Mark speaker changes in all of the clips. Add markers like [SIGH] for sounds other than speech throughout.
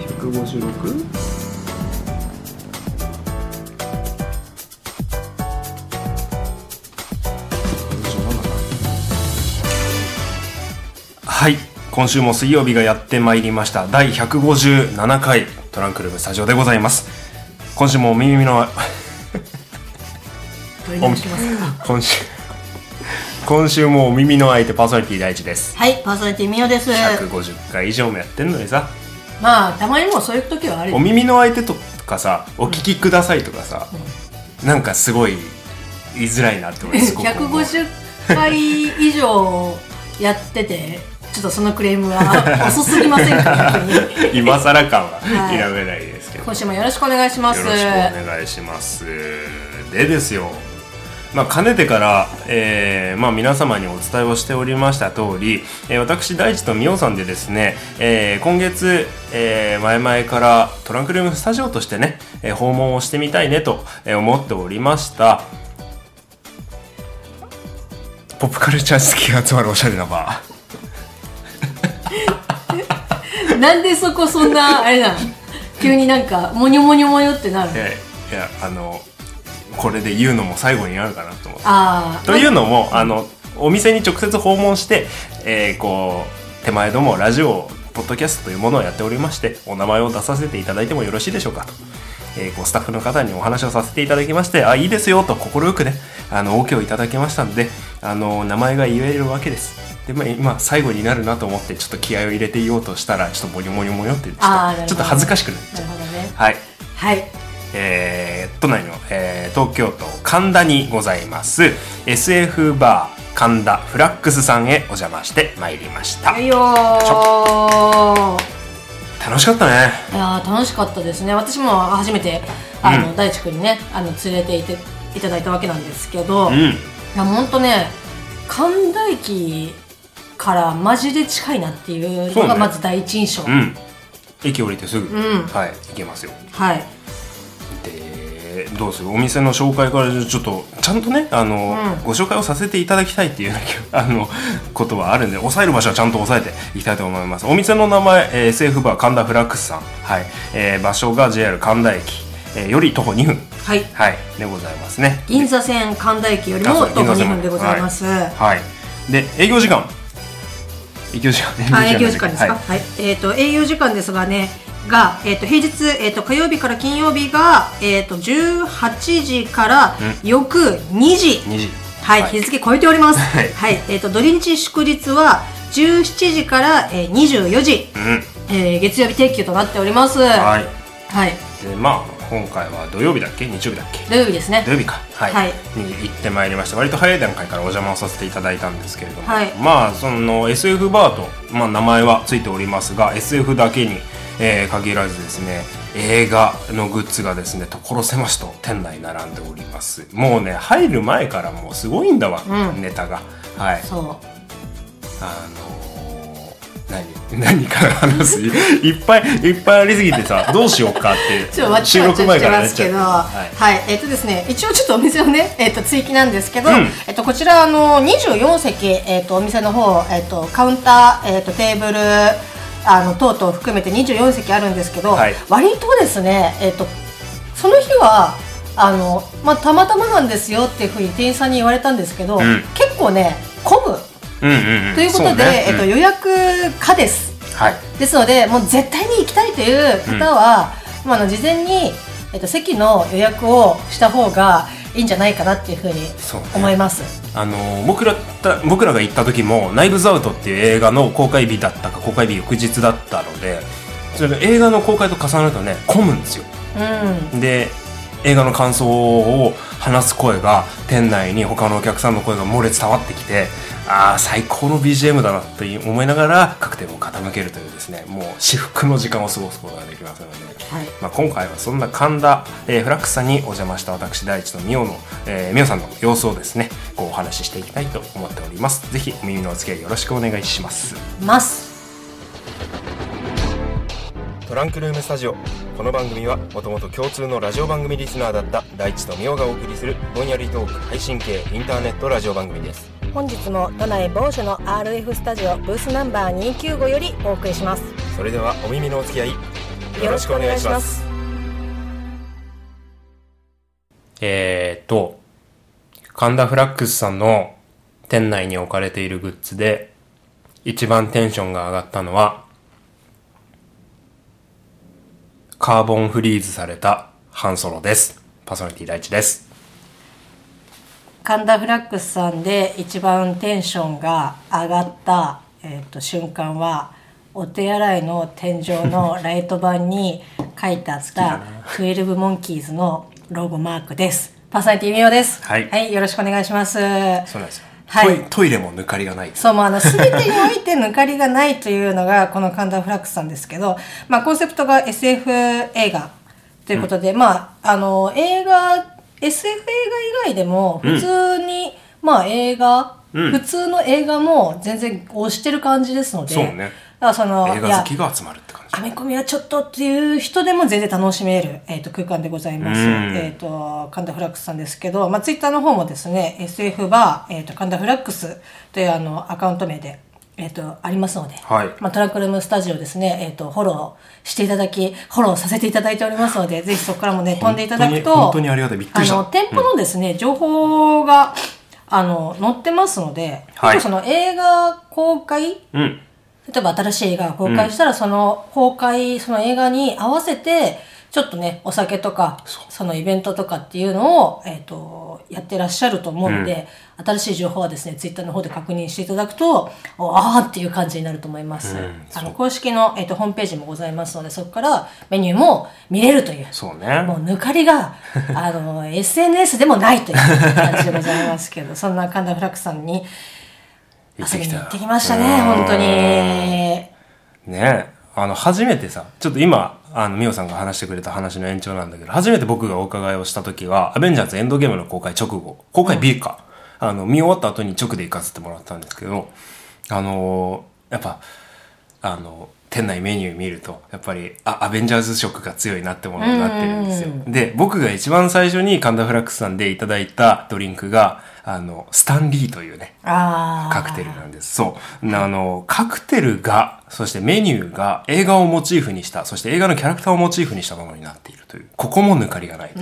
Speaker 1: 156?
Speaker 2: はい今週も水曜日がやってまいりました第157回トランクルームスタジオでございます今週もお耳の
Speaker 3: 取り直しますか
Speaker 2: [LAUGHS] 今週今週もお耳の相手パーソナリティ第一です
Speaker 3: はいパーソナリティみおです
Speaker 2: 150回以上もやってんのにさ
Speaker 3: まあたまにもうそういう時はあ
Speaker 2: [LAUGHS]
Speaker 3: る
Speaker 2: お耳の相手とかさお聞きくださいとかさ、なんかすごい言いづらいなって俺すご
Speaker 3: [LAUGHS]
Speaker 2: く思う
Speaker 3: 150回以上やっててちょっとそのクレームは遅すぎませんか逆
Speaker 2: [LAUGHS]
Speaker 3: に
Speaker 2: 今更感は
Speaker 3: は
Speaker 2: 否
Speaker 3: い
Speaker 2: めないですけど、
Speaker 3: 今週もよろしくお願いします
Speaker 2: よろしくお願いします。でですよ、まあ、かねてから、えーまあ、皆様にお伝えをしておりました通り、えー私大地とみおさんでですね、えー今月、えー前々からトランクルームスタジオとしてね、えー訪問をしてみたいねとえー思っておりました。ポップカルチャー好きが集まるおしゃれなバー。
Speaker 3: なんでそこそんなあれなの急になんかモニョモニョモニョってなるの
Speaker 2: えーいや、あの、これで言うのも最後になるかなと思って。
Speaker 3: ああ
Speaker 2: というのも、あのお店に直接訪問して、えーこう手前どもラジオポッドキャストというものをやっておりましてお名前を出させていただいてもよろしいでしょうかと、えーこうスタッフの方にお話をさせていただきましてあいいですよと快くねあの OK をいただきましたのであの名前が言えるわけですで、まあ、今最後になるなと思ってちょっと気合を入れていようとしたらちょっとモニョモニョモニョってちょっと
Speaker 3: あーなるほど
Speaker 2: ちょっと恥ずかしくなっ
Speaker 3: な
Speaker 2: ちゃ
Speaker 3: る
Speaker 2: う
Speaker 3: ほどね
Speaker 2: はい
Speaker 3: はい
Speaker 2: えー都内の、えー東京都神田にございます SF バー神田フラックスさんへお邪魔してまいりました、
Speaker 3: はいよー
Speaker 2: 楽しかったね
Speaker 3: いやー楽しかったですね私も初めてあの、
Speaker 2: うん
Speaker 3: 大地君にねあの連れていていただいたわけなんですけど、
Speaker 2: う
Speaker 3: い
Speaker 2: ん
Speaker 3: やほんとね神田駅からマジで近いなっていう
Speaker 2: そ
Speaker 3: の
Speaker 2: うね
Speaker 3: がまず第一印象、
Speaker 2: うん駅降りてすぐ、
Speaker 3: ん
Speaker 2: はい行けますよ
Speaker 3: はい
Speaker 2: でどうするお店の紹介からちょっとちゃんとねあの、
Speaker 3: うん
Speaker 2: ご紹介をさせていただきたいっていう [LAUGHS] あのことはあるんで抑える場所はちゃんと抑えていきたいと思いますお店の名前、えー、SF バー神田フラックスさん、はいえー場所が JR 神田駅、えーより徒歩2分
Speaker 3: はい
Speaker 2: はい、でございますね。
Speaker 3: 銀座線神田駅よりも徒歩2分でございます、
Speaker 2: はい。で、営業時間。営業時間。
Speaker 3: あ営業時間ですか、
Speaker 2: は
Speaker 3: はいえっ、と営業時間ですがねが、えっと平日、えっと火曜日から金曜日が、えっと18時から翌2時、
Speaker 2: い。2時。
Speaker 3: はい、
Speaker 2: はい
Speaker 3: 日付超えております。
Speaker 2: は
Speaker 3: はいい、えっ、と土日祝日は17時から、えー、24時、
Speaker 2: うん。
Speaker 3: えー月曜日定休となっております。
Speaker 2: は。
Speaker 3: はいい、
Speaker 2: で、まあ、今回は土曜日だっけ、日曜日だっけ。
Speaker 3: 土曜日ですね
Speaker 2: 土。曜日か、はい
Speaker 3: はい
Speaker 2: に行ってまいりました割と早い段階からお邪魔をさせていただいたんですけれども、
Speaker 3: はい
Speaker 2: まあその SF バーと、まあ、名前はついておりますが SF だけに、えー限らずですね映画のグッズがですね所狭しと店内並んでおりますもうね入る前からもうすごいんだわ、
Speaker 3: うん
Speaker 2: ネタがはい
Speaker 3: そ
Speaker 2: あのー、何何から話
Speaker 3: [LAUGHS]
Speaker 2: すいっぱいいっぱいありすぎてさどうしようかって
Speaker 3: う。 [LAUGHS] ちょっとわっち
Speaker 2: 収
Speaker 3: ゃわち
Speaker 2: 録前
Speaker 3: ゃして
Speaker 2: から
Speaker 3: ま
Speaker 2: やっ
Speaker 3: す
Speaker 2: ち
Speaker 3: けど、
Speaker 2: ゃ
Speaker 3: はい、えっ、とですね、一応ちょっとお店をね、 [LAUGHS] えっ、と追記なんですけど、
Speaker 2: うん
Speaker 3: えっとこちらあの24席えっ、とお店の方、えっ、とカウンター、えっ、とテーブル。あの等々含めて24席あるんですけど、
Speaker 2: はい
Speaker 3: 割とですね、えっとその日はあの、まあ、たまたまなんですよっていうふうに店員さんに言われたんですけど、
Speaker 2: ん
Speaker 3: 結構ね混む
Speaker 2: うんうんうん
Speaker 3: ということで、
Speaker 2: そね
Speaker 3: えっと
Speaker 2: うん
Speaker 3: 予約可です。
Speaker 2: はい
Speaker 3: ですのでもう絶対に行きたいという方は、まああの事前に、えっと、席の予約をした方がいいんじゃないかなっていうふうに
Speaker 2: そうね
Speaker 3: 思います。
Speaker 2: あの僕らた僕らが行った時も「ナイブズアウト」っていう映画の公開日だったか公開日翌日だったのでそれ映画の公開と重なるとね混むんですよ
Speaker 3: うん
Speaker 2: で映画の感想を話す声が店内に他のお客さんの声が漏れ伝わってきてああ最高の BGM だなと思いながらカクテルを傾けるというですねもう至福の時間を過ごすことができますので、
Speaker 3: はい
Speaker 2: まあ、今回はそんな神田、えーフラックスさんにお邪魔した私大地とミオの、えー、ミオさんの様子をですねこうお話ししていきたいと思っておりますぜひお耳のお付き合いよろしくお願いします
Speaker 3: ます
Speaker 2: トランクルームスタジオこの番組はもともと共通のラジオ番組リスナーだった大地とみおがお送りするぼんやりトーク配信系インターネットラジオ番組です
Speaker 3: 本日も都内某所の RF スタジオブースナンバー295よりお送りします
Speaker 2: それではお耳のお付き合いよろしくお願いします。えーっと、神田フラックスさんの店内に置かれているグッズで、一番テンションが上がったのは、カーボンフリーズされたハンソロです。パーソナリティ第一です。
Speaker 3: 神田フラックスさんで一番テンションが上がった、えー、と瞬間はお手洗いの天
Speaker 2: [LAUGHS]
Speaker 3: 井のライト板に書いてあった「12モンキーズ」のロゴマークです。パーソナリティみおです、
Speaker 2: はい
Speaker 3: よろしくお願いします。
Speaker 2: そうなんですよ。
Speaker 3: はい
Speaker 2: トイトイレも抜かりがない。
Speaker 3: そう、もうあの、すべてにおいて抜かりがないというのが、この神田フラックスさんですけど、まあ、コンセプトが SF 映画ということで、まあ、あの、映画、SF 映画以外でも、普通に、まあ、映画、
Speaker 2: うん
Speaker 3: 普通の映画も全然推してる感じですので、
Speaker 2: そうね
Speaker 3: だからその、
Speaker 2: 映
Speaker 3: い
Speaker 2: 画
Speaker 3: や
Speaker 2: 好きが集まるって感じ。
Speaker 3: アメコミはちょっとっていう人でも全然楽しめる、えー、と空間でございます。
Speaker 2: うん
Speaker 3: えっ、と、神田フラックスさんですけど、まあ、ツイッターの方もですね、SF バー、えー、と神田フラックスというあのアカウント名で、えっ、と、ありますので、
Speaker 2: はい
Speaker 3: まあ、トランクルームスタジオですね、えっ、と、フォローしていただき、フォローさせていただいておりますので、ぜひそこからもね、飛んでいただ
Speaker 2: 本
Speaker 3: くと、
Speaker 2: 当に本当にありがたいびっくりした
Speaker 3: あの、店舗のですね、情報が、あの、載ってますので、
Speaker 2: はい
Speaker 3: 結構その映画公開
Speaker 2: うん。
Speaker 3: 例えば新しい映画が公開したら、その公開、その映画に合わせて、ちょっとね、お酒とか、そのイベントとかっていうのを、えっ、と、やってらっしゃると思うので、新しい情報はですね、ツイッターの方で確認していただくと、おあーっていう感じになると思います。
Speaker 2: うん
Speaker 3: あ
Speaker 2: そう
Speaker 3: の、公式の、えっ、と、ホームページもございますので、そこからメニューも見れるという。
Speaker 2: そうね。
Speaker 3: もう抜かりが、あの、SNS でもないという感じでございますけど、そんな神田フラックスさんに遊びに行ってきました
Speaker 2: う
Speaker 3: ね、
Speaker 2: ん
Speaker 3: 本当に。
Speaker 2: ねえあの初めてさちょっと今あの美桜さんが話してくれた話の延長なんだけど初めて僕がお伺いをした時は「アベンジャーズエンドゲーム」の公開直後公開 B か、あの見終わった後に直で行かせてもらったんですけどあのーやっぱあの店内メニュー見るとやっぱりあアベンジャーズ色が強いなってものになってるんですよ
Speaker 3: うんうん
Speaker 2: で僕が一番最初に神田フラックスさんでいただいたドリンクがあのスタンリーというね
Speaker 3: ああ。
Speaker 2: カクテルなんです。そう。あの、カクテルが、そしてメニューが映画をモチーフにした、そして映画のキャラクターをモチーフにしたものになっているという。ここも抜かりがない。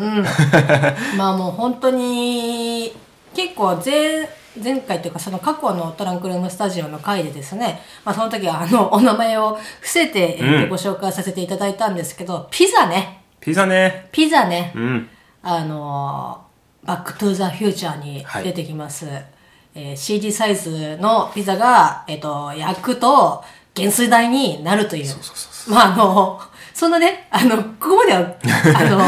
Speaker 3: まあもう本当に、結構前、前回というかその過去のトランクルームスタジオの回でですね、まあその時はあの、お名前を伏せて、えーと
Speaker 2: うん
Speaker 3: ご紹介させていただいたんですけど、ピザね。
Speaker 2: ピザね。
Speaker 3: ピザね。
Speaker 2: うん。
Speaker 3: あのーバックトゥーザフューチャーに出てきます。えー CD サイズのピザが、えっ、と、焼くと、減水台になるという。まあ、あの、そんなね、あの、ここまで [LAUGHS] は、あの、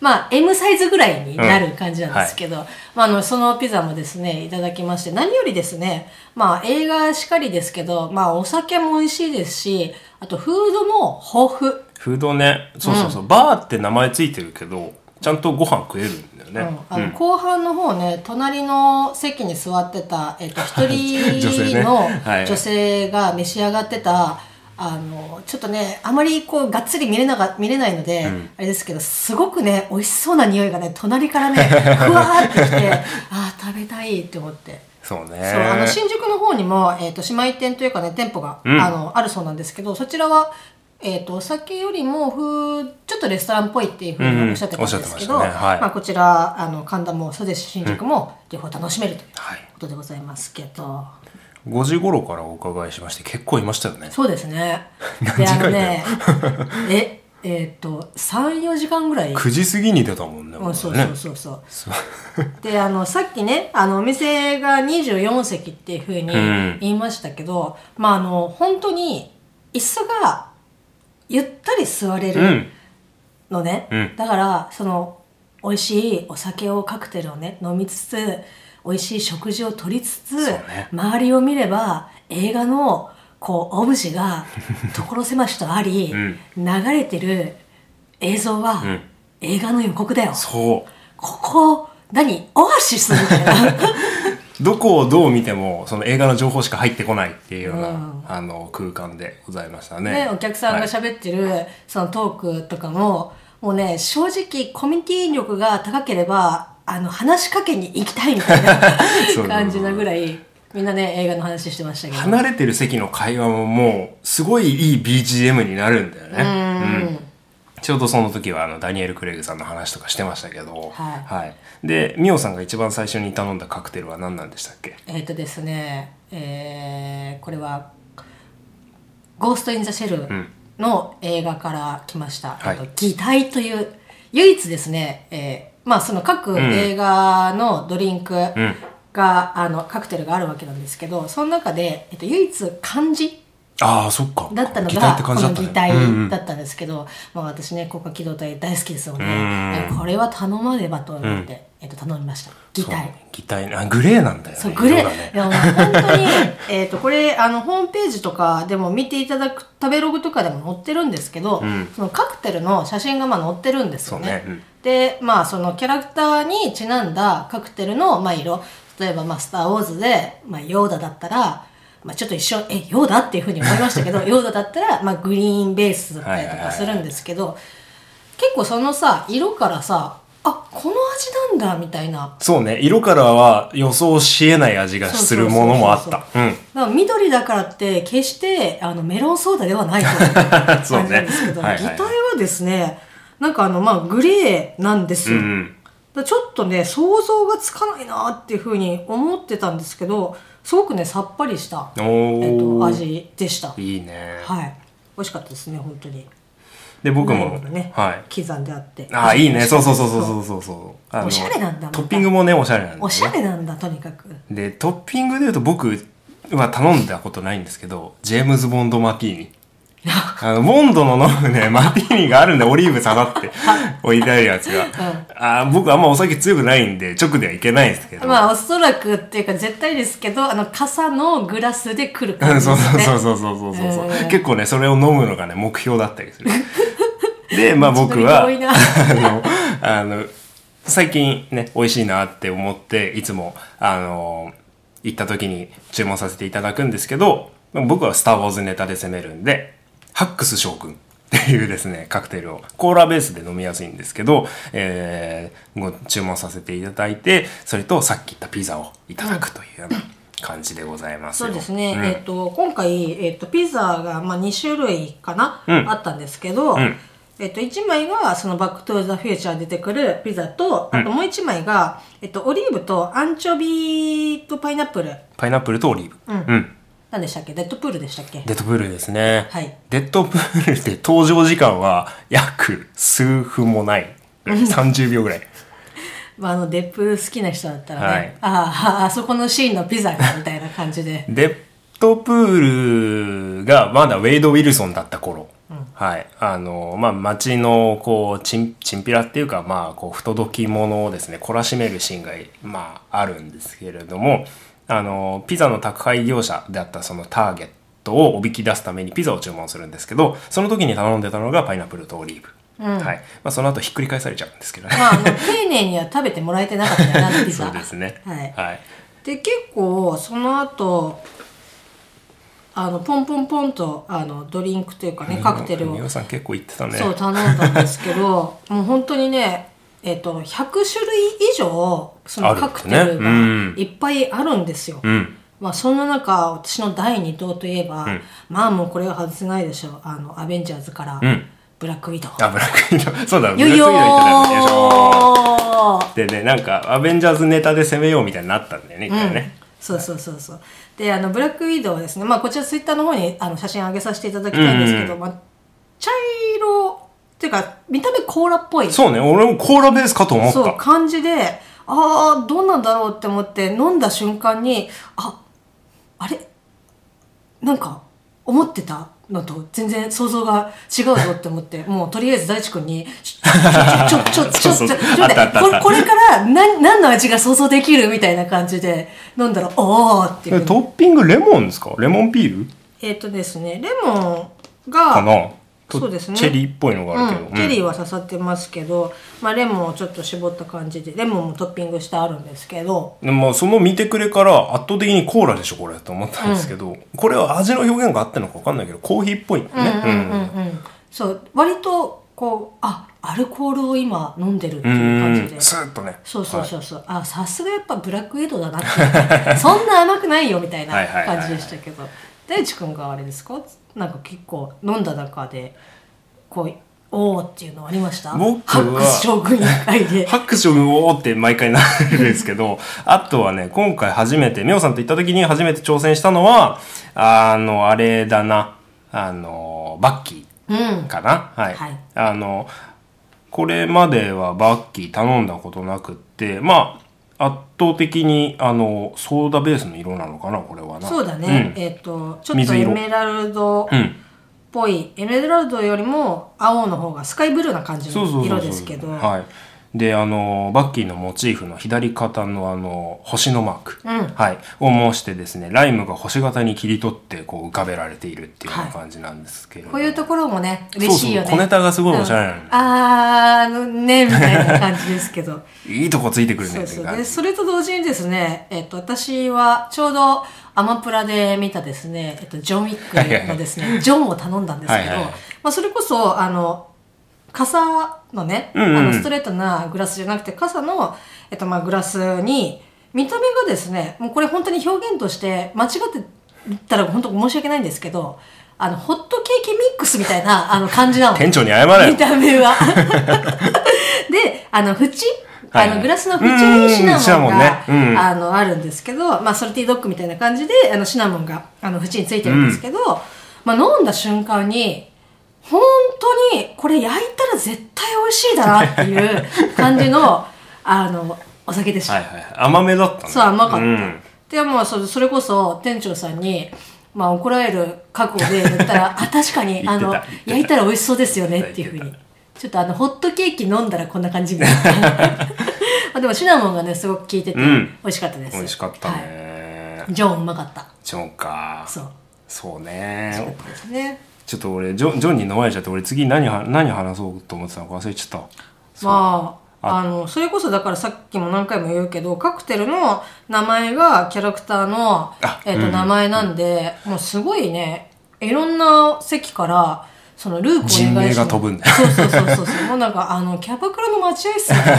Speaker 3: まあ、M サイズぐらいになる感じなんですけど、まあ、あの、そのピザもですね、いただきまして、何よりですね、まあ、映画しかりですけど、まあ、お酒も美味しいですし、あと、フードも豊富。
Speaker 2: フードね。そうそうそう。バーって名前ついてるけど、ちゃんとご飯食えるんだよね。
Speaker 3: うんあの後半の方ね隣の席に座ってた、えっ
Speaker 2: [LAUGHS]
Speaker 3: と一
Speaker 2: 女性
Speaker 3: 人
Speaker 2: ね
Speaker 3: の
Speaker 2: はい
Speaker 3: 女性が召し上がってた、あのちょっとねあまりこうがっつり見れなが見れないので、あれですけどすごくね美味しそうな匂いがね隣か
Speaker 2: [LAUGHS]
Speaker 3: らねふわーってきてあー食べたいって思って。
Speaker 2: そうね。
Speaker 3: そうあの新宿の方にも、えー、と姉妹店というかね店舗が、
Speaker 2: うん
Speaker 3: あのあるそうなんですけどそちらは、えー、とお酒よりもふうちょっとレストランっぽいっていうふう
Speaker 2: うん
Speaker 3: におっしゃってたんですけ
Speaker 2: お
Speaker 3: ど、
Speaker 2: っしゃってましたねはい
Speaker 3: まあ、こちらあの神田もそうですし新宿も両方楽しめるという
Speaker 2: はい。
Speaker 3: ことでございますけど、
Speaker 2: 5時頃からお伺いしまして、結構いましたよね。
Speaker 3: そうですね
Speaker 2: [LAUGHS] 何
Speaker 3: で
Speaker 2: 時
Speaker 3: あ
Speaker 2: 間
Speaker 3: の
Speaker 2: いたの [LAUGHS]
Speaker 3: ねええっ、と34時間ぐらい
Speaker 2: 9時過ぎに出たもんね。
Speaker 3: うん、そう
Speaker 2: ね
Speaker 3: そうそうそう。 [LAUGHS] で、あの、さっきね、あの、お店が24席っていうふうに
Speaker 2: ん
Speaker 3: 言いましたけど、まあ、あの、本当に、椅子が、ゆったり座れ
Speaker 2: う
Speaker 3: る
Speaker 2: ん。
Speaker 3: のね。
Speaker 2: うん
Speaker 3: だから、その、美味しいお酒を、カクテルをね、飲みつつ、美味しい食事をとりつつ、
Speaker 2: そうね
Speaker 3: 周りを見れば、映画の、こう、オブジ
Speaker 2: [LAUGHS]
Speaker 3: ェが、所狭しとあり、流れてる映像は、
Speaker 2: ん
Speaker 3: 映画の予告だよ。
Speaker 2: そう。
Speaker 3: ここ、何オアシスみたいな。
Speaker 2: どこをどう見てもその映画の情報しか入ってこないっていうような、
Speaker 3: うん
Speaker 2: あの空間でございましたね。
Speaker 3: ね、お客さんが
Speaker 2: はい
Speaker 3: 喋ってる、そのトークとかも、もうね、正直コミュニティ力が高ければ、あの、話しかけに行きたいみたい
Speaker 2: そう
Speaker 3: な感じなぐらい、みんなね、映画の話してましたけど。
Speaker 2: 離れてる席の会話ももうすごいいい BGM になるんだよね。
Speaker 3: うん
Speaker 2: ちょうどその時はあのダニエル・クレイグさんの話とかしてましたけど、
Speaker 3: はい
Speaker 2: でミオさんが一番最初に頼んだカクテルは何なんでしたっけ
Speaker 3: えっ、とですね、えーこれは、ゴースト・イン・ザ・シェルの映画から来ました。
Speaker 2: はい
Speaker 3: えっと擬態という、唯一ですね、えーまあその各映画のドリンクが、
Speaker 2: ん
Speaker 3: あの、カクテルがあるわけなんですけど、その中で、えっと、唯一漢字
Speaker 2: ああそっか
Speaker 3: だったの
Speaker 2: 擬態っ
Speaker 3: が、
Speaker 2: て
Speaker 3: こ
Speaker 2: 感じだ
Speaker 3: の
Speaker 2: った
Speaker 3: 擬
Speaker 2: ね
Speaker 3: 態
Speaker 2: うんうん
Speaker 3: だったんですけど、まあ私ね、国家機動隊大好きですよね
Speaker 2: う。
Speaker 3: これは頼まねばと思って、えっと、頼みました。擬態。
Speaker 2: そう擬態あグレーなんだよね
Speaker 3: そう、グレ
Speaker 2: 色が
Speaker 3: ー。
Speaker 2: ね
Speaker 3: いや、もう本当に、 [LAUGHS] えっと、これ、あの、ホームページとかでも見ていただく、食べログとかでも載ってるんですけど、
Speaker 2: ん
Speaker 3: そのカクテルの写真がまあ載ってるんですよね。
Speaker 2: そうねうん
Speaker 3: で、まあ、そのキャラクターにちなんだカクテルの、まあ、色。例えば、まあ、スター・ウォーズで、まあ、ヨーダだったら、まあ、ちょっと一瞬、え、ヨーダっていうふうに思いましたけ
Speaker 2: [LAUGHS]
Speaker 3: ど、ヨーダだったら、まあ、グリーンベースだったりとかするんですけど、結構そのさ、色からさ、あ、この味なんだ、みたいな。
Speaker 2: そうね色からは予想しえない味がするものもあった
Speaker 3: そう
Speaker 2: うん
Speaker 3: だから緑だからって決してあのメロンソーダではない
Speaker 2: [LAUGHS]
Speaker 3: という感じ
Speaker 2: そうね
Speaker 3: なんですけど、
Speaker 2: はいはい
Speaker 3: 擬態はですねなんかあのまあグレーなんです
Speaker 2: う
Speaker 3: よ、
Speaker 2: んうん
Speaker 3: だからちょっとね想像がつかないなっていうふうに思ってたんですけどすごくねさっぱりした、
Speaker 2: お
Speaker 3: え
Speaker 2: ー
Speaker 3: っと味でしたはい
Speaker 2: いいね
Speaker 3: い美味しかったですね本当に
Speaker 2: で僕
Speaker 3: ナイ
Speaker 2: も
Speaker 3: フがね、
Speaker 2: はい
Speaker 3: 刻んであって
Speaker 2: ああいいねそうそうそうそうそうそうそうあの
Speaker 3: おしゃれなんだまた
Speaker 2: トッピングもねおしゃれなんだよね
Speaker 3: おしゃれなんだとにかく
Speaker 2: でトッピングでいうと僕は頼んだことないんですけどジェームズ・ボンド・マティーニあのボンドの飲む
Speaker 3: [LAUGHS]
Speaker 2: ねマティーニがあるんでオリーブ刺さって置いてあるやつが、あー僕あんまお酒強くないんで直ではいけないんですけど、
Speaker 3: まあおそらくっていうか絶対ですけどあの傘のグラスで来る
Speaker 2: う
Speaker 3: 感
Speaker 2: ん [LAUGHS]
Speaker 3: じ
Speaker 2: そう
Speaker 3: です
Speaker 2: そう
Speaker 3: ね
Speaker 2: そうそうそうそうそう、
Speaker 3: えー
Speaker 2: 結構ねそれを飲むのがね目標だったりす
Speaker 3: [LAUGHS]
Speaker 2: るでまあ僕は
Speaker 3: 道のりが
Speaker 2: [LAUGHS] あのあの最近ね美味しいなって思っていつもあの行った時に注文させていただくんですけど僕は「スター・ウォーズ」ネタで攻めるんで「ハックス将軍」っていうですねカクテルをコーラベースで飲みやすいんですけど、えーご注文させていただいてそれとさっき言ったピザをいただくというような感じでございますよ
Speaker 3: そうですね、
Speaker 2: ん
Speaker 3: えっ、と今回、えっとピザが、まあ、2種類かな、
Speaker 2: うん
Speaker 3: あったんですけど、
Speaker 2: ん
Speaker 3: えっと1枚がその「バック・トゥ・ザ・フューチャー」出てくるピザとあともう1枚が、えっとオリーブとアンチョビとパイナップル
Speaker 2: パイナップルとオリーブ。うんん。
Speaker 3: なんでしたっけデッドプールでしたっけ
Speaker 2: デッドプールですね。
Speaker 3: はい
Speaker 2: デッドプールって登場時間は約数分もない。30秒ぐらい。
Speaker 3: まあ、あのデップ好きな人だったらね、
Speaker 2: はい
Speaker 3: あああそこのシーンのピザがみたいな感じで
Speaker 2: デッドプールがまだウェイド・ウィルソンだった頃。はい。あの、まあ、街の、こう、チン、チンピラっていうか、まあ、こう、不届き者をですね、懲らしめるシーンが、まあ、あるんですけれども、あの、ピザの宅配業者であったそのターゲットをおびき出すためにピザを注文するんですけど、その時に頼んでたのがパイナップルとオリーブ。はい。まあ、その後ひっくり返されちゃうんですけどね。
Speaker 3: まああの丁寧には食べてもらえてなかったよなあのピザ
Speaker 2: [LAUGHS] そうですね。
Speaker 3: はい
Speaker 2: はい。
Speaker 3: で結構その後あのポンポンポンとあのドリンクというかねカクテルを
Speaker 2: 美穂さん結構言ってたね。
Speaker 3: そう頼んだんです
Speaker 2: [LAUGHS]
Speaker 3: けどもう本当にねえっと100種類以上そのカクテ
Speaker 2: ある
Speaker 3: ル
Speaker 2: ん
Speaker 3: が
Speaker 2: だねうん
Speaker 3: いっぱいあるんですよ。
Speaker 2: うん。
Speaker 3: まあ、そんな中私の第2党といえば、まあもうこれは外せないでしょうあのアベンジャーズから、
Speaker 2: ん
Speaker 3: ブラックウィドウ。
Speaker 2: あ、ブラックウィドウ。そうだ、ブ
Speaker 3: よ
Speaker 2: ラックウィドウ
Speaker 3: いよ
Speaker 2: 言ってたんだよいしょ
Speaker 3: ー
Speaker 2: ーでね、なんか、アベンジャーズネタで攻めようみたいになったんだよね、一回ね。
Speaker 3: そうそうそうそう。で、あの、ブラックウィドウはですね、まあ、こちらツイッターの方にあの写真上げさせていただきたいんですけど、まあ、茶色、っていうか、見た目コーラっぽい。
Speaker 2: そうね、俺もコーラベースかと思っ
Speaker 3: そう
Speaker 2: た。
Speaker 3: 感じで、ああ、どんなんだろうって思って飲んだ瞬間に、あ、あれなんか、思ってたのと全然想像が違うぞって思
Speaker 2: [LAUGHS]
Speaker 3: って、もうとりあえず大地君に、ちょ、ちょ、ちょ、ちょ、ちょ、ちょ、ちょ、待ってこれこれから何、何の味が想像できるみたいな感じで飲んだら、おーっていう
Speaker 2: えトッピングレモンですかレモンピール
Speaker 3: えっ、とですね、レモン
Speaker 2: か
Speaker 3: が、
Speaker 2: なと
Speaker 3: そうですね
Speaker 2: チェリーっぽいのがあるけど。
Speaker 3: うん、チェリー
Speaker 2: は。
Speaker 3: は刺さってますけど、まあレモンをちょっと絞った感じで、レモンもトッピングしてあるんですけど、
Speaker 2: でもまあその見てくれから圧倒的にコーラでしょこれと思ったんですけど、これは味の表現があってんのか分かんないけどコーヒーっぽいんだよね、うん
Speaker 3: うんうん、そう、割と、こう、あ、アルコールを今飲んでるっていう感じで。
Speaker 2: スーッとね
Speaker 3: そうそう
Speaker 2: はい
Speaker 3: そうそう、あさすがやっぱブラックウィドウだなって [LAUGHS] そんな甘くないよみたいな
Speaker 2: はいはいはいはい
Speaker 3: 感じでしたけど大地君があれですかなんか結構飲んだ中でこうおおっていうのありました
Speaker 2: 僕は
Speaker 3: ハックス将軍以外で
Speaker 2: ハックションをって毎回なるんですけど、 [LAUGHS] あとはね、今回初めて、みおさんと行った時に初めて挑戦したのは、あの、あれだな、あの、バッキーかな、はい、
Speaker 3: はい
Speaker 2: あの、これまではバッキー頼んだことなくって、まあ、圧倒的に、あの、ソーダベースの色なのかな、これはな。
Speaker 3: そうだね、
Speaker 2: うん
Speaker 3: えっ、とちょっと
Speaker 2: 水
Speaker 3: エ
Speaker 2: 色
Speaker 3: メラルドっ
Speaker 2: うん
Speaker 3: ぽい、エメラルドよりも青の方がスカイブルーな感じ
Speaker 2: そうそうそ
Speaker 3: の
Speaker 2: うそう
Speaker 3: 色ですけど
Speaker 2: はい、であのバッキーのモチーフの左肩のあの星のマーク、
Speaker 3: うん
Speaker 2: はい、を模してですねライムが星型に切り取ってこう浮かべられているっていうような感じなんですけれど、
Speaker 3: こういうところもね
Speaker 2: そうそう
Speaker 3: 嬉しいよね
Speaker 2: 小ネタがすごいおしゃれなの
Speaker 3: うんあーあのねみたいな感じですけど
Speaker 2: いいとこついてくるね
Speaker 3: そう
Speaker 2: ってい
Speaker 3: そうう
Speaker 2: 感
Speaker 3: で
Speaker 2: じ
Speaker 3: それと同時にですね、えっと私はちょうどアマプラで見たですね、えっとジョン・ウィ
Speaker 2: はいはい
Speaker 3: ックのですねジョンを頼んだんですけ
Speaker 2: は
Speaker 3: ど、
Speaker 2: いはいはい
Speaker 3: まあ、それこそあの傘のね、
Speaker 2: うんうん
Speaker 3: あのストレートなグラスじゃなくて傘の、えっとまあ、グラスに見た目がですねもうこれ本当に表現として間違ってたら本当申し訳ないんですけどあのホットケーキミックスみたいなあの感じなの。
Speaker 2: 店長に謝れ
Speaker 3: [LAUGHS] 見た目は。 [LAUGHS] で、あの、縁あ
Speaker 2: はいは
Speaker 3: の、
Speaker 2: い
Speaker 3: グラスの縁にシ
Speaker 2: うんうんシ
Speaker 3: ナ
Speaker 2: ナモ
Speaker 3: モン
Speaker 2: ンね
Speaker 3: が、
Speaker 2: うん
Speaker 3: あの、あるんですけど、まあ、ソルティドッグみたいな感じで、あの、シナモンが、あの、縁についてるんですけど、まあ、飲んだ瞬間に、本当に、これ焼いたら絶対美味しいだなっていう感じの、あの、お酒でした。
Speaker 2: はいはい甘めだったね
Speaker 3: そう、甘かった。
Speaker 2: うん
Speaker 3: でも、そそれこそ、店長さんに、まあ、怒られる覚悟で言っ
Speaker 2: [LAUGHS]
Speaker 3: たら、あ、確かに、
Speaker 2: 言
Speaker 3: あ
Speaker 2: ってた
Speaker 3: の
Speaker 2: 言って、た
Speaker 3: 焼いたら美味しそうですよねっていうふう
Speaker 2: 言っ
Speaker 3: に
Speaker 2: て。
Speaker 3: ちょっとあの、ホットケーキ飲んだらこんな感じみたい
Speaker 2: [LAUGHS]
Speaker 3: な。あでも、シナモンがね、すごく効いてて、
Speaker 2: うん
Speaker 3: 美味しかったです。
Speaker 2: 美味しかった
Speaker 3: は
Speaker 2: ね、
Speaker 3: いジョン、うまかった。
Speaker 2: ジョンか
Speaker 3: そう。
Speaker 2: そうね
Speaker 3: ですね。
Speaker 2: ちょっと俺ジョンジョンに飲まれちゃって俺次何は何話そうと思ってたのか忘れちゃったそう
Speaker 3: まあ、
Speaker 2: あ
Speaker 3: あの、それこそだからさっきも何回も言うけど、カクテルの名前がキャラクターの
Speaker 2: あ、
Speaker 3: えっ、と、
Speaker 2: うん
Speaker 3: 名前なんで、もうすごいね、いろんな席から、そのルークを
Speaker 2: 人
Speaker 3: 描い
Speaker 2: 命
Speaker 3: て
Speaker 2: が飛ぶんだよ
Speaker 3: そうそうそうそ
Speaker 2: [LAUGHS]
Speaker 3: うそう。もうなんか、あの、キャバクラの待合室みたいな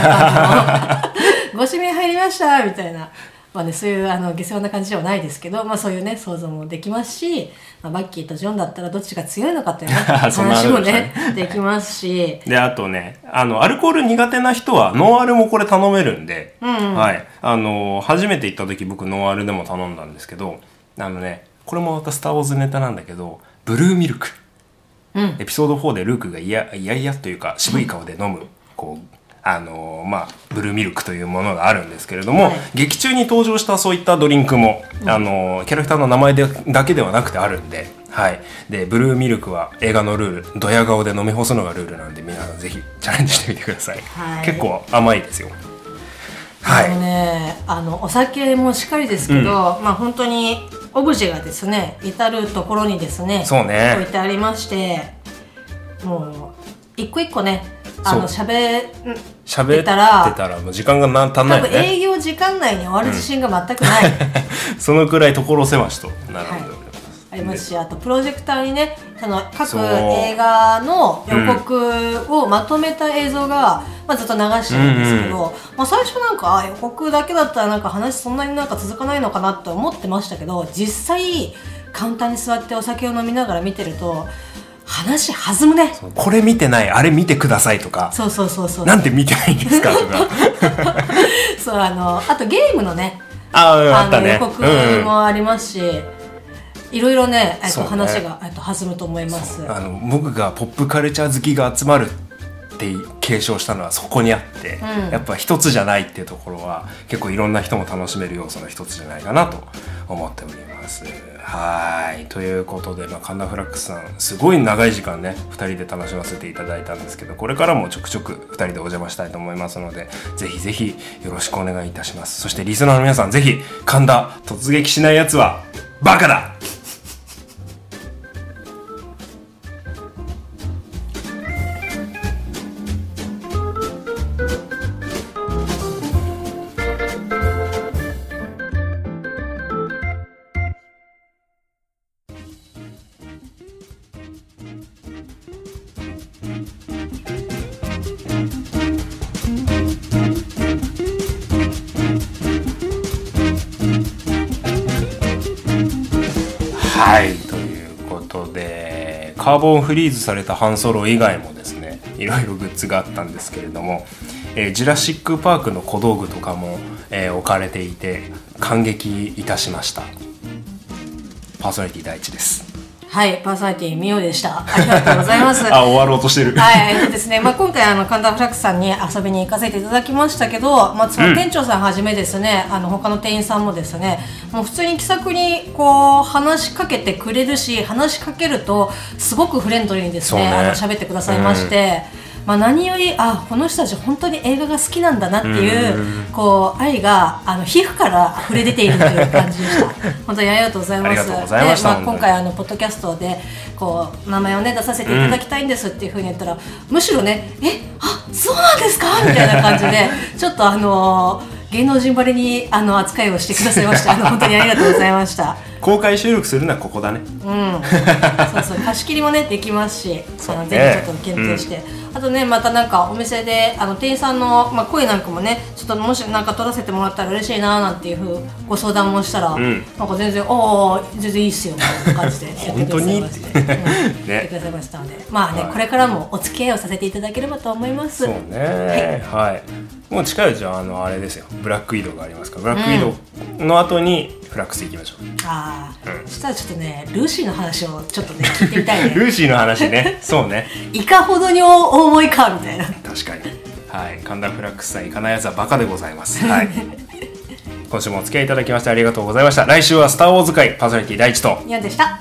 Speaker 3: [LAUGHS] 感じのご指名入りました、みたいな。まあね、そういう、あの、下世話な感じではないですけど、まあそういうね、想像もできますし、まあ、バッキーとジョンだったらどっちが強いのかという
Speaker 2: [LAUGHS]
Speaker 3: ね
Speaker 2: そんな
Speaker 3: 話もね
Speaker 2: 話、
Speaker 3: できますし、
Speaker 2: で、あとね、あの、アルコール苦手な人は、ノンアルもこれ頼めるんで、はい。あの、初めて行った時僕ノンアルでも頼んだんですけど、あのね、これもまたスター・ウォーズネタなんだけど、ブルーミルク。
Speaker 3: うん
Speaker 2: エピソード4でルークがいやいやいやというか渋い顔で飲む、こう、あのまあ、ブルーミルクというものがあるんですけれども、
Speaker 3: はい
Speaker 2: 劇中に登場したそういったドリンクも、あのキャラクターの名前でだけではなくてあるんで、はい。で、ブルーミルクは映画のルール、ドヤ顔で飲み干すのがルールなんで、皆さんぜひチャレンジしてみてください。
Speaker 3: はい
Speaker 2: 結構甘いですよ。は
Speaker 3: あの
Speaker 2: い。
Speaker 3: ね、あのお酒もしっかりですけど、
Speaker 2: うん
Speaker 3: まあ本当にオブジェがですね至るところにですね
Speaker 2: そうね
Speaker 3: 置いてありましてもう一個一個ねあの
Speaker 2: そ
Speaker 3: 喋ん
Speaker 2: 喋ってたらもう時間がな足んないよ
Speaker 3: 多分
Speaker 2: ね。
Speaker 3: 営業時間内に終わる自信が全くない、
Speaker 2: そのくらい所狭しと並んでおります。
Speaker 3: ありますしあとプロジェクターにねその各
Speaker 2: そう
Speaker 3: 映画の予告をまとめた映像が、まあ、ずっと流してるんですけど、
Speaker 2: うん
Speaker 3: まあ、最初なんかあ予告だけだったらなんか話そんなになんか続かないのかなって思ってましたけど実際カウンターに座ってお酒を飲みながら見てると話弾むね
Speaker 2: これ見てない、あれ見てくださいとか、
Speaker 3: そうそうそうそう
Speaker 2: なんで見てないんですかとか。
Speaker 3: そうあのあとゲームのね
Speaker 2: ああ、あ
Speaker 3: あ
Speaker 2: った
Speaker 3: の
Speaker 2: ね。
Speaker 3: 予告
Speaker 2: うん
Speaker 3: もありますし、いろいろね、えっ
Speaker 2: そう
Speaker 3: と
Speaker 2: ね
Speaker 3: 話が、えっと弾むと思います。
Speaker 2: あの僕がポップカルチャー好きが集まるって継承したのはそこにあって、
Speaker 3: うん
Speaker 2: やっぱ一つじゃないっていうところは結構いろんな人も楽しめる要素の一つじゃないかなと思っております。はいということで、まあ、神田フラックスさんすごい長い時間ね2人で楽しませていただいたんですけどこれからもちょくちょく2人でお邪魔したいと思いますのでぜひぜひよろしくお願いいたしますそしてリスナーの皆さんぜひ神田突撃しないやつはバカだはいということでカーボンフリーズされた半ソロ以外もですねいろいろグッズがあったんですけれども、えージュラシック・パークの小道具とかも、えー置かれていて感激いたしましたパーソナリティ第一です
Speaker 3: はい、パーソナリティミオでした。ありがとうございま
Speaker 2: [LAUGHS]
Speaker 3: す。
Speaker 2: あ終わろうとしてる
Speaker 3: はい、えっとですね、まあ、今回あの神田フラックさんに遊びに行かせていただきましたけど、まあ、その店長さんはじめですね、あの他の店員さんもですねもう普通に気さくにこう話しかけてくれるし話しかけるとすごくフレンドリーにですね
Speaker 2: そうね
Speaker 3: あの喋ってくださいまして。まあ、何よりあこの人たち本当に映画が好きなんだなっていう,、こう愛があの皮膚から溢れ出ているという感じで
Speaker 2: [LAUGHS]
Speaker 3: した本当にありがとうございます
Speaker 2: ありがとうございました
Speaker 3: で
Speaker 2: 本当
Speaker 3: 今
Speaker 2: に
Speaker 3: 回あのポッドキャストでこう名前をね出させていただきたいんですっていうふうに言ったら、むしろねえあそうなんですかみたいな感じ
Speaker 2: [LAUGHS]
Speaker 3: でちょっとあのー芸能人ばりにあの扱いをしてくださいましたあの本当にありがとうございました
Speaker 2: 公開収録するのはここだね
Speaker 3: うん、そうそう貸し切りもねできますし、
Speaker 2: そう
Speaker 3: あの
Speaker 2: ね
Speaker 3: ぜひちょっと検定して、あとねまたなんかお店であの店員さんの、まあ、声なんかもねちょっともしなんか取らせてもらったら嬉しいななんていうふうご相談もしたら、
Speaker 2: ん
Speaker 3: なんか全然「おー全然いいっすよ」みたいな感じでやってくださいま
Speaker 2: 本
Speaker 3: して
Speaker 2: 当に
Speaker 3: うん
Speaker 2: ね
Speaker 3: やってくださいましたのでまあね、
Speaker 2: はい
Speaker 3: これからもお付き合いをさせていただければと思いま
Speaker 2: そ
Speaker 3: す。
Speaker 2: うねはい、もう近いうちはあのあれですよブラックウィドウがありますからブラックウィドウの後にフラックス行きましょう、
Speaker 3: あー
Speaker 2: うん
Speaker 3: そしたらちょっとねルーシーの話をちょっとね聞いてみたい
Speaker 2: ル
Speaker 3: ね
Speaker 2: ーシーの話ねそうね
Speaker 3: いかほどに重いかみたいな。
Speaker 2: 確かにはい神田フラックスさん行かないやつはバカでございますはい [LAUGHS] 今週もお付き合いいただきましてありがとうございました来週は「スター・ウォーズ」会パーソナリティ第一と
Speaker 3: ニャンでした